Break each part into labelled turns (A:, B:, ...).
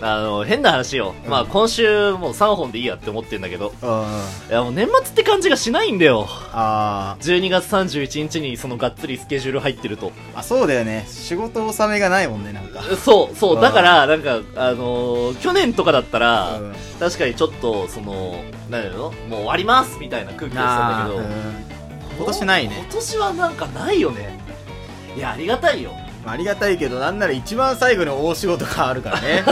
A: の、変な話よ。まあ、今週もう3本でいいやって思ってんだけど。いや、もう年末って感じがしないんだよ。
B: あ
A: 12月31日にそのがっつりスケジュール入ってると。
B: ーあそうだよね仕事納めがないもんねなんか
A: そう、そうう、
B: ん
A: だから、なんか、あのー去年とかだったら、
B: うん
A: 確かにちょっと、その、なんやろもう終わりますみたいな空気だったんだけ
B: う
A: ど、
B: ん今年ないね
A: 今年はなんかないよね。いや、ありがたいよ。
B: まあありがたいけどなんなら一番最後の大仕事があるか らねう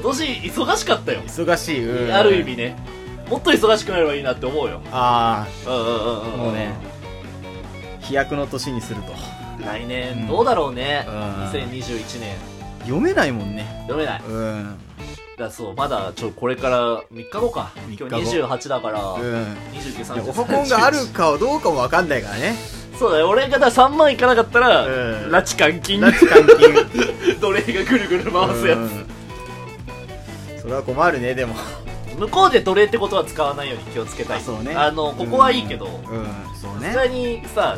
A: 今年忙しかったよ
B: ん。忙しい、うん
A: ある意味ね。もっと忙しくなればいいなって思うよ。
B: あ
A: うんうんうん
B: あ
A: うん。
B: もうね飛躍の年にすると、
A: 来
B: う
A: 年、
B: ん
A: どうだろうね。
B: うん
A: 2021年。
B: 読めないもんね
A: 読めない。
B: うん
A: だそう、まだ、ちょ、これから3日後か。
B: 3日
A: 今
B: 後
A: 日28だから、
B: うん
A: 29、
B: いや
A: 30。
B: オフコンがあるかどうかもわかんないから ね。
A: そうだよ、俺がだ3万いかなかったら、
B: うん
A: 拉致監禁、
B: 拉致監禁。
A: 奴隷がぐるぐる回すや
B: つ。それは困るね、でも。
A: つ。向こうで奴隷ってことは使わないように気をつけたい。あの、ここはいいけど、
B: うん、そ
A: さ
B: うね
A: す。がにさ、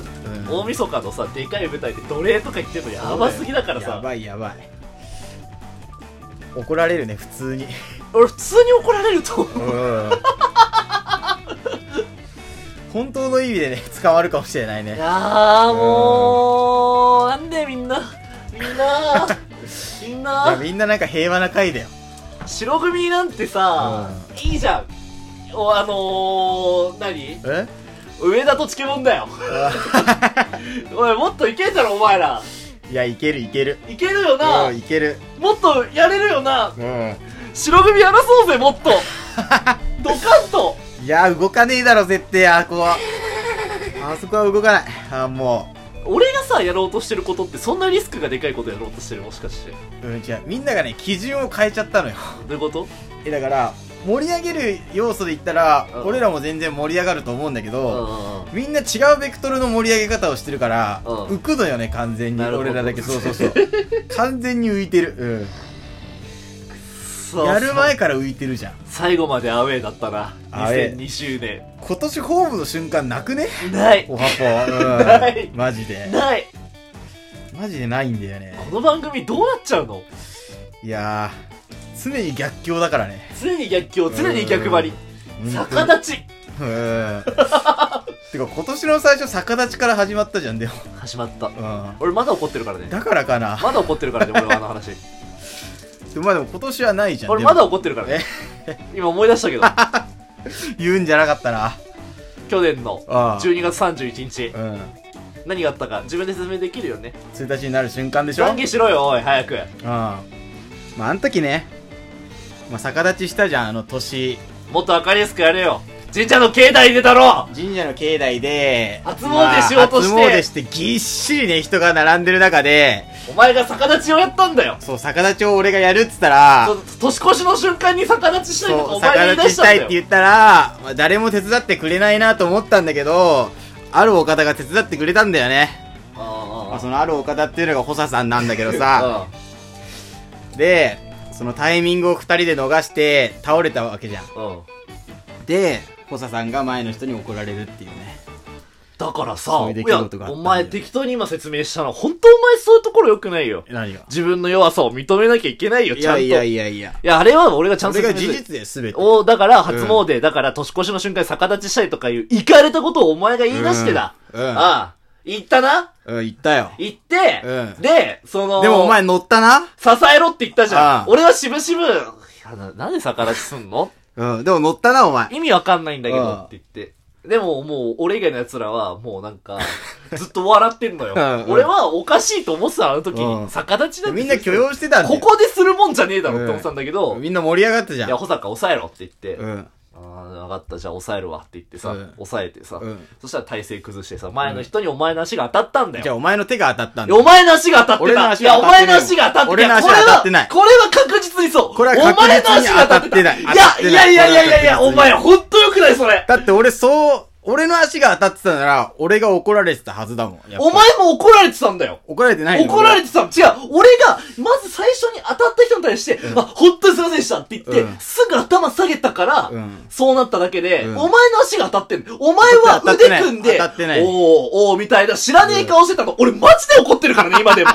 B: うん
A: 大晦日のさ、でかい舞台で奴隷とか言ってるのやばすぎだから
B: や
A: さ、
B: ばいやばい。怒られるね、普通に。
A: 俺普通に怒られると思う。
B: うん。本当の意味でね、捕まるかもしれない
A: い
B: ね。
A: やーもう、なんでみんな、みん な、みん
B: い
A: な、
B: やみんななんか平和な回だよ。
A: 白組なんてさ、いいじゃん。おあのー、何
B: え
A: 上田とチケモンだ よ。おい、もっといけんだろ、お前ら。
B: いや、いけるいける。
A: いけるよな
B: うん、。いける。
A: もっとやれるよな。
B: うん。
A: 白組争そうぜ、もっ と。ドカンと。
B: いや、動かねえだろ、絶対、あそこは。あそこは動かない。あー、も
A: 俺がさ、やろうとしてることって、そんなリスクがでかいことやろうとしてる、もしかして。ど
B: う。うん、違う。みんながね、基準を変えちゃったのよ。
A: ういうこと
B: え、だから、盛り上げる要素で言ったら、
A: うん
B: 俺らも全然盛り上がると思うんだけ
A: う
B: ど、
A: んうん
B: みんな違うベクトルの盛り上げ方をしてるから、
A: うん
B: 浮くのよね、完全に。
A: なるほど
B: 俺らだけ、そうそ うそう。完全に浮いてる。う
A: そ
B: ん。
A: う。
B: やる前から浮いてるじゃん。
A: 最後までアウェーだったな。
B: アウェー
A: 2020年。
B: 今年ホームの瞬間なくね
A: ない
B: お。は
A: な
B: ぽ。
A: い
B: うん。マジで。
A: ない。
B: マジでないんだよね。
A: この番組どうなっちゃうの
B: いやー、常に逆境だからね。
A: 常に逆境、常に逆張り。
B: うん
A: 逆立ち。
B: うんてか今年の最初逆立ちから始まったじゃんでも、
A: 始まった。
B: う
A: 俺まだ怒ってるからね
B: ん、。だからかな
A: まだ怒ってるからね、俺はあの 話。
B: でもまあでも今年はないじゃん
A: 俺
B: でも
A: まだ怒ってるからね。 今思い出した けど、
B: 言うんじゃなかったな
A: 去年の
B: ああ
A: 12月31日、
B: うん
A: 何があったか自分で説明できるよね。
B: 1日になる瞬間でしょ
A: 懺悔しろよ、おい、早く。
B: うんまああの時ね、まあ、逆立ちしたじゃんあの年
A: もっと分かりやすくやれよ。神社の境内でだろ
B: 神社の境内で
A: 初詣しようとして
B: まあ初詣してぎっしりね人が並んでる中で
A: お前が逆立ちをやったんだよ
B: そう逆立ちを俺がやるっつったら
A: そ年越しの瞬間に逆立ちしたいこと
B: そ
A: お
B: う、
A: 前が
B: 逆
A: 言い
B: 立
A: 出
B: ち
A: し
B: したた
A: ん
B: い
A: だ
B: って言
A: よ。
B: ったら、まあ誰も手伝ってくれないなと思ったんだけど、あるお方が手伝ってくれたんだよね。まあ、
A: あ
B: そのあるお方っていうのが補佐さんなんだけ どさ、
A: あ
B: で、そのタイミングを二人で逃して倒れたわけじゃん。
A: うんうん
B: で、補佐さんが前の人に怒られるっていうね。
A: だからさ
B: そういう、出
A: い
B: 来
A: や
B: 事があった
A: お
B: んだよ
A: 前適当に今説明したの、本当お前そういうところ良くないよ。
B: 何が
A: 自分の弱さを認めなきゃいけないよ、
B: い
A: ちゃん
B: や
A: と。
B: いやいやいや。
A: いやあれは俺がちゃんと
B: それが
A: 説明
B: 事
A: する。
B: 実です、べて。
A: おだから、初詣、だから、年越しの瞬間に逆立ちしたいとかいう、いかれたことをお前が言い出してだ。
B: うんうん
A: ああ。言ったな
B: うん、言ったよ。
A: 言って、
B: うん
A: で、その、
B: でもお前、乗ったな
A: 支えろって言ったじゃん。
B: ああ
A: 俺はしぶしぶ、いやな、なんで逆立ちすんの
B: うん、でも乗ったな、お前。
A: 意味わかんないんだけど
B: ああ
A: って言って。でももう、俺以外の奴らは、もうなん か、ずっと笑ってんのよ
B: うん。うん
A: 俺はおかしいと思ってたの、あの時
B: うん
A: に。逆立ちだって。
B: みんな許容してたんだ
A: こ
B: よ。
A: こでするもんじゃねえだろって思ってたんだけど、い
B: みんな盛り上がったじゃ
A: や、
B: ん。
A: 保坂抑えろって言って、
B: うん。
A: ああ、分かった、じゃあ抑えるわって言ってさ、
B: うん
A: 抑えてさ、
B: うん
A: そしたら体勢崩してさ、前の人にお前の足が当たったんだ
B: じゃあ
A: よ。
B: お前の手が当たった
A: い
B: んだ
A: やお前の足が当たってた。
B: 俺の足
A: い
B: が
A: や、
B: 当
A: お
B: たってな
A: 前
B: い
A: の足が当たってない。
B: 俺の足が当たってない
A: これは、これは確実にそう。
B: これは確実に当たって
A: お前の
B: ない
A: 足が当たってない。いや、いやいやいやいや、
B: 当た
A: お
B: ってな
A: 前、ほんとよくない、それ。
B: だって俺そう、俺の足が当たってたなら、俺が怒られてたはずだもん。やっぱ
A: お前も怒られてたんだよ。
B: 怒られてないの
A: 怒られてたの違う俺が、まず最初に当たった人に対して、あ、本当にすいませんでしたって言って、
B: うん
A: すぐ頭下げたから、
B: うん
A: そうなっただけで、
B: うん
A: お前の足が当たってんのお前は
B: 当たっ
A: 腕
B: てない
A: 組んで、
B: 当たってない
A: お ー、おー、みたいな知らねえ顔してたの、俺マジで怒ってるからね、今でも。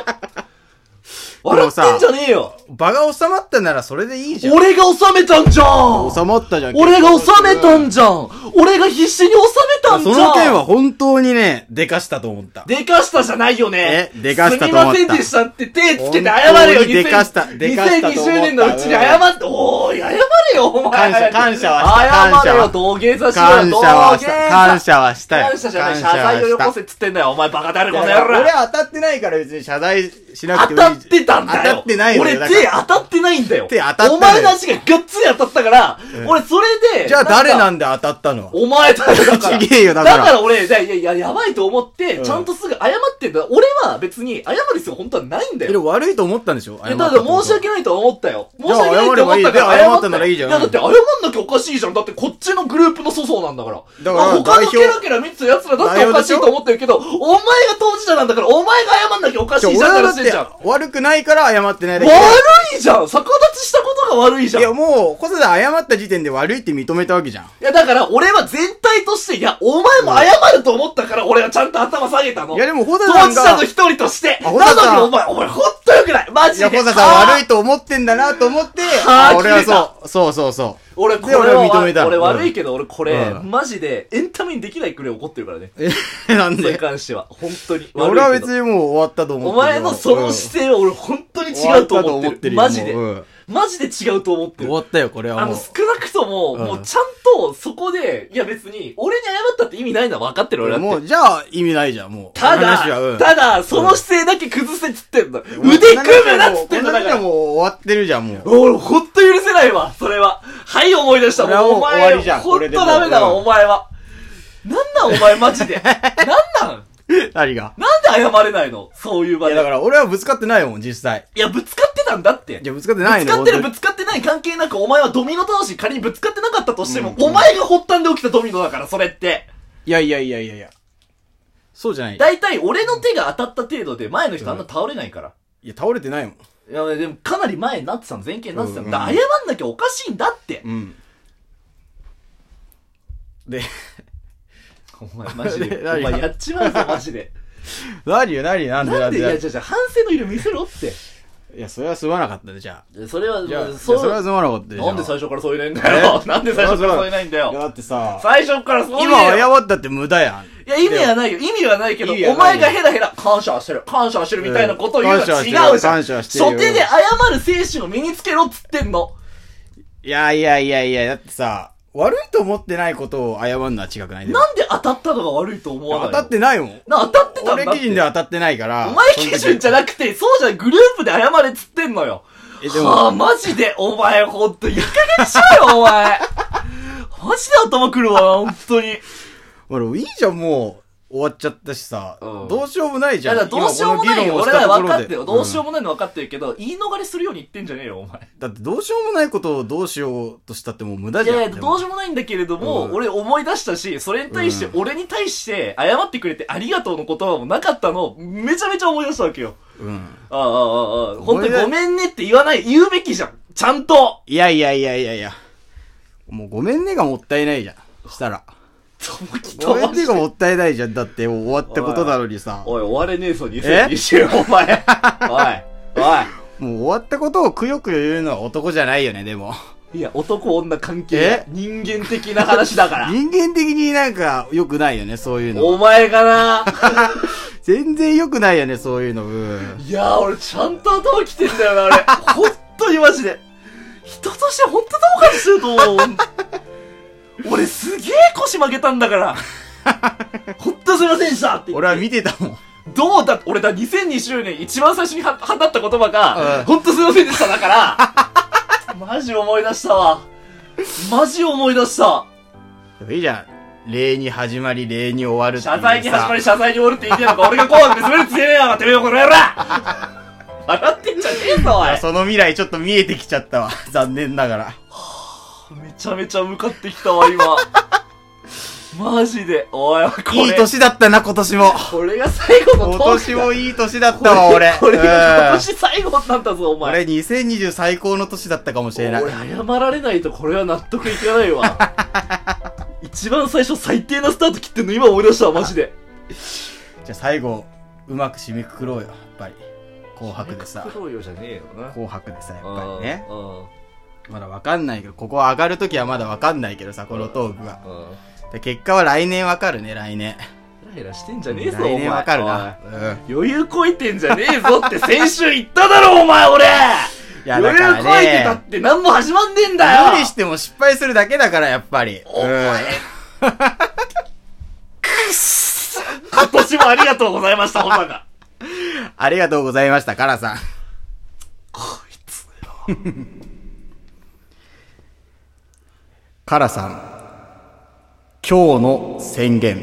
A: 笑ってんじゃねえよ
B: 場が収まったならそれでいいじゃん。
A: 俺が収めたんじゃん
B: 収まったじゃん。
A: 俺が収めたんじゃん俺が必死に収めたんじゃ
B: そ
A: ん
B: の件は本当にね、でかしたと思った。
A: でかしたじゃないよね。
B: えでかしたと思った
A: すみませんでしたって手つけて謝れよ、
B: 本当にでかした
A: 2000
B: でかしたと思っ
A: 2020
B: た
A: 年のうちに謝って、おーい、謝れよ、お前。
B: 感謝感謝はした
A: 謝れよ、土下座しろよ、
B: 感謝はし
A: 土下
B: た。
A: 座
B: 感謝はしたよ。
A: 感謝じゃない、謝
B: 感謝は
A: 罪を
B: し
A: よ
B: た
A: こせっつってんだよ、お前バカ だるこの
B: いや
A: 野
B: 俺
A: 郎。
B: は当たってないから別に謝罪しなくて
A: 当
B: もいい
A: たってたんだよ。
B: 当たってないのよ
A: 俺
B: だから
A: 手当たってないんだよ。
B: 手当たったのよ
A: お前の足ががっつり当たったから、
B: うん
A: 俺それで、
B: じゃあ誰なん
A: か
B: んで当たったのは
A: お前だよ、だから。
B: ちげえよだから
A: 俺、いやいやいや、やばいと思って、
B: うん
A: ちゃんとすぐ謝ってんだ。俺は別に謝る必要本当はないんだ
B: え
A: よ。
B: 悪いと思ったんでしょ
A: いや、ただ申し訳ないとは思ったよ。申し訳ないと思ったか
B: じゃあ
A: ら謝
B: 謝ればいいで
A: っ
B: 謝ったたならいいじゃん
A: や、だって謝んなきゃおかしいじゃん。だってこっちのグループの粗相なんだから。
B: だから
A: まあ他
B: 代
A: の
B: 表
A: キラキラ見てた奴らだっておかしいと思ってるけど、お前が当事者なんだから、お前が謝んなきゃおかしい
B: 俺
A: じゃんって
B: は
A: 話してんじゃ
B: だ
A: ん
B: っ。て悪くないから謝ってないだけで
A: 悪いじゃん逆立ちしたことが悪いじゃん
B: いやもう、細田謝った時点で悪いって認めたわけじゃん。
A: いや、だから、俺は全体として、いや、お前も謝ると思ったから、俺はちゃんと頭下げたの。
B: いやでも細
A: 当
B: 田さん
A: 事者
B: が
A: の、一人として。
B: あ
A: な
B: ホ
A: の
B: ダさん
A: に、お前、お前、ほんとよくない。マ
B: い
A: ジで。
B: や、細田さん悪いと思ってんだなと思って、
A: はあ
B: あ俺は
A: 切れた
B: そう、そうそうそ
A: 俺、これ
B: で
A: は
B: 俺は認めた
A: 俺
B: うん
A: 悪いけど、俺これ、
B: うん
A: マジで、エンタメにできないくらい怒ってるからね。
B: う。え、なん
A: それに
B: で
A: 関しては、本当に。
B: 俺は
A: 悪いけ
B: 別
A: ど。
B: にもう終わったと思って
A: お
B: るよ
A: 前のその姿勢は俺本当に違うと思ってる。
B: 終わ
A: マ
B: ったと
A: ジ
B: 思
A: で
B: よ、もううん
A: マジで違うと思って
B: 終
A: る。
B: わったよ、これ
A: あ
B: はも
A: の、
B: う。
A: 少なくとも、
B: うん
A: もうちゃんと、そこで、いや別に、俺に謝ったって意味ないのは分かってる俺だって。
B: もう、じゃあ、意味ないじゃん、もう。
A: た
B: 話は
A: だ、
B: うん
A: ただ、その姿勢だけ崩せっつってんだ。腕組むなっつってんだ
B: こ
A: だか
B: んなことは
A: ら。
B: もう終わってるじゃん、もう。
A: 俺、ほんと許せないわ、それは。はい、思い出した。
B: これはもう
A: お前
B: 終わりじゃん
A: ほ
B: こ
A: んと
B: れでもう
A: ダメだわ、
B: うん
A: お前は。なんなん、お前マ ジで。なんなん
B: 何が
A: なんで謝れないのそういう場
B: いや、だ
A: で。
B: から俺はぶつかってないもん、実際。
A: いや、ぶつかってたんだって。
B: じゃあぶつかって
A: ぶ
B: ない
A: つ
B: の
A: かってる
B: 本
A: ぶつかってない関係なくお前はドミノ倒し仮にぶつかってなかったとしても、
B: うん
A: お前が発端で起きたドミノだからそれって
B: 当にいやいやいやいやいや。そうじゃない。
A: 大体俺の手が当たった程度で前の人あんな倒れないから、
B: いや、倒れてないもん。
A: いやでもかなり前になってたの前傾になってたの、
B: うん
A: だから謝んなきゃおかしいんだって、
B: うん。で、
A: お前マジ でお
B: 何が
A: 前やっちまうぞマジで
B: 何よ、何、なんで、
A: な
B: なんん
A: でい
B: で。な
A: や
B: んで
A: じゃあじゃあ反省の色見せろって
B: いや、それはすまなかったね、じゃ
A: それは
B: あ。じゃあ、いや
A: そう
B: それはすまなかったじゃ
A: なんで最初からそう言えないんだよ
B: え
A: なんで最初からそう言えないんだ
B: いや、
A: よ
B: だってさ、
A: 最初からそう言えよ
B: 今謝ったって無駄やん。
A: いや、意味はないよ。意味はないけど、
B: 意味はない
A: お前がヘラヘラ、感謝はしてる、感謝はしてるみたいなことを言うのは違うじゃん。
B: うん感謝はしてる
A: 初手で謝る精神を身につけろっつってんの。
B: いやいやいやいや、だってさ、悪いと思ってないことを謝るのは違くない
A: なんで当たったのが悪いと思
B: いや
A: わない
B: 当
A: の
B: たってないもん。
A: な当たってたんだって
B: 俺基準では当たってないから。
A: お前基準じゃ
B: ゃ
A: なくて、そうじゃん、グループで謝れっつってんのよ。
B: え、で
A: はあ、
B: も、
A: マジで、お前ほんと、いい加減にしろよ、お前。マジで頭くるわ、ほんとに。
B: 俺、いいじゃん、もう、終わっちゃったしさ。
A: うん
B: どうしようもない
A: い
B: じゃ
A: や、
B: ん。
A: だからどうしようもないよ。
B: 今こ
A: 俺
B: の議論をした
A: ら
B: とこ
A: 分
B: ろ
A: かっ
B: で
A: てるよ。どうしようんもないの分かってるけど、言い逃れするように言ってんじゃねえよ、お前。
B: だって、どうしようもないことをどうしようとしたってもう無駄
A: い
B: じゃん。
A: やいや、
B: で
A: ど
B: も
A: うしようもないんだけれども、
B: うん
A: 俺思い出したし、それに対して、
B: う
A: 俺に対して、謝ってくれてありがとうの言葉もなかったのを、めちゃめちゃ思い出したわけよ。
B: うん。
A: ああ、ああ、ああ、本当
B: 思い
A: に
B: 出
A: ごめんねって言わない、言うべきじゃん。ちゃんと。
B: いやいやいやいやいや。もう、ごめんねがもったいないじゃん。したら。ごめんねがもったいないじゃん。だって、もう終わったことなのにさ。も
A: おい、終われねえぞ、2020、お前。おい、
B: う終わったことをくよくよ言うのは男じゃないよね、でも。
A: おい。いや、男女関係ない
B: え
A: 人間的な話だ から。
B: 人間的になんか良くないよね、そういうの。
A: お前がな
B: 全然良くないよね、そういうの。うん。
A: いやー、俺ちゃんと頭きてんだよな、 俺。ほんとにマジで。人としてほんとどうかしてると思う。 俺すげえ腰曲げたんだ から。ほんとすいませんでしたって言って
B: 俺は見てたもん。
A: どうだ俺だ、2020年一番最初には放った言葉が、
B: うん
A: ほんとすいませんでしただから。マジ思い出したわ。マジ思い出した。
B: でもいいじゃん。礼に始まり、礼に終わるっていう
A: 謝
B: さ
A: 罪に始まり、謝罪に終わるって言ってんの か、俺が紅白で滑るって言えねえやがてめえよ、この野郎笑ってんじゃねえぞ、おい。
B: その未来ちょっと見えてきちゃったわ。 残念ながら。
A: めちゃめちゃ向かってきたわ、今。マジで。おい、これ。
B: いい年だったな、今年も。
A: これが最後の
B: 今
A: トーク
B: 年
A: だ。
B: もいい年だったわ、俺。
A: これが今
B: うん
A: 年最後なんだぞ、お
B: 俺
A: 前。
B: 2020最高の年だったかもしれない。
A: 俺、謝られないとこれは納得いかない わ。一番最初最低なスタート切ってんの今思い出したわ、マジで。
B: じゃあ最後、うまく締めくくろうよ、やっぱり。紅白でさ
A: 締めくくろうよじゃねえよな。
B: 紅白でさやっぱりね
A: うん。うん
B: まだわかんないけどここ上がるときはまだわかんないけどさこのトークが
A: うん。
B: で結果は来年わかるね来年
A: ヘラヘラしてんじゃねえぞ、お
B: 来
A: 前。
B: 年わかる
A: おい
B: なうん
A: 余裕こいてんじゃねえぞって先週言っただろ、お前、俺
B: いや
A: 余
B: だから
A: 裕
B: ね
A: こいてたって何も始まんねえんだよ
B: 無理しても失敗するだけだからやっぱり
A: お前
B: う
A: 今年もありがとうございました、ほんまが。
B: んありがとうございましたカラさん
A: こいつよ。
B: カラさん、今日の宣言。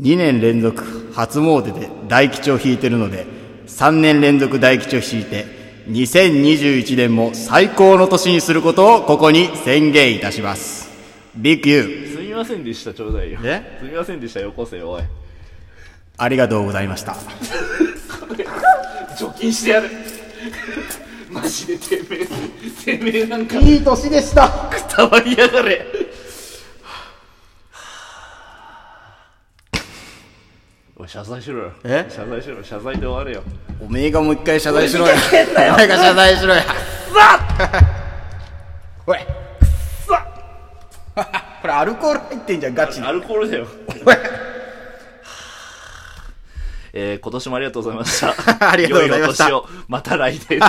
B: 2年連続初詣で大吉を引いてるので、3年連続大吉を引いて、2021年も最高の年にすることをここに宣言いたします。ビッグ U、
A: すみませんでした、ちょうだいよ。
B: え
A: すみませんでした、よこせよ、おい。
B: ありがとうございました。
A: 除菌してや る。マジでてめえ、てめえなんか
B: いい年でした
A: くたばりやがれ。おい、謝罪しろよ。
B: え
A: 謝罪しろ、謝罪で終われよ。
B: おめえがもう一回謝罪しろよ。
A: 俺にかけんなよ
B: お前が謝罪しろよ。
A: さ
B: おい、
A: あさ
B: これアルコール入ってんじゃん、ガチ
A: あ
B: で。
A: アルコールだよ。
B: おい
A: えー、今年もありがとうございました。
B: ありがとうございました
A: 良お年を。また来年。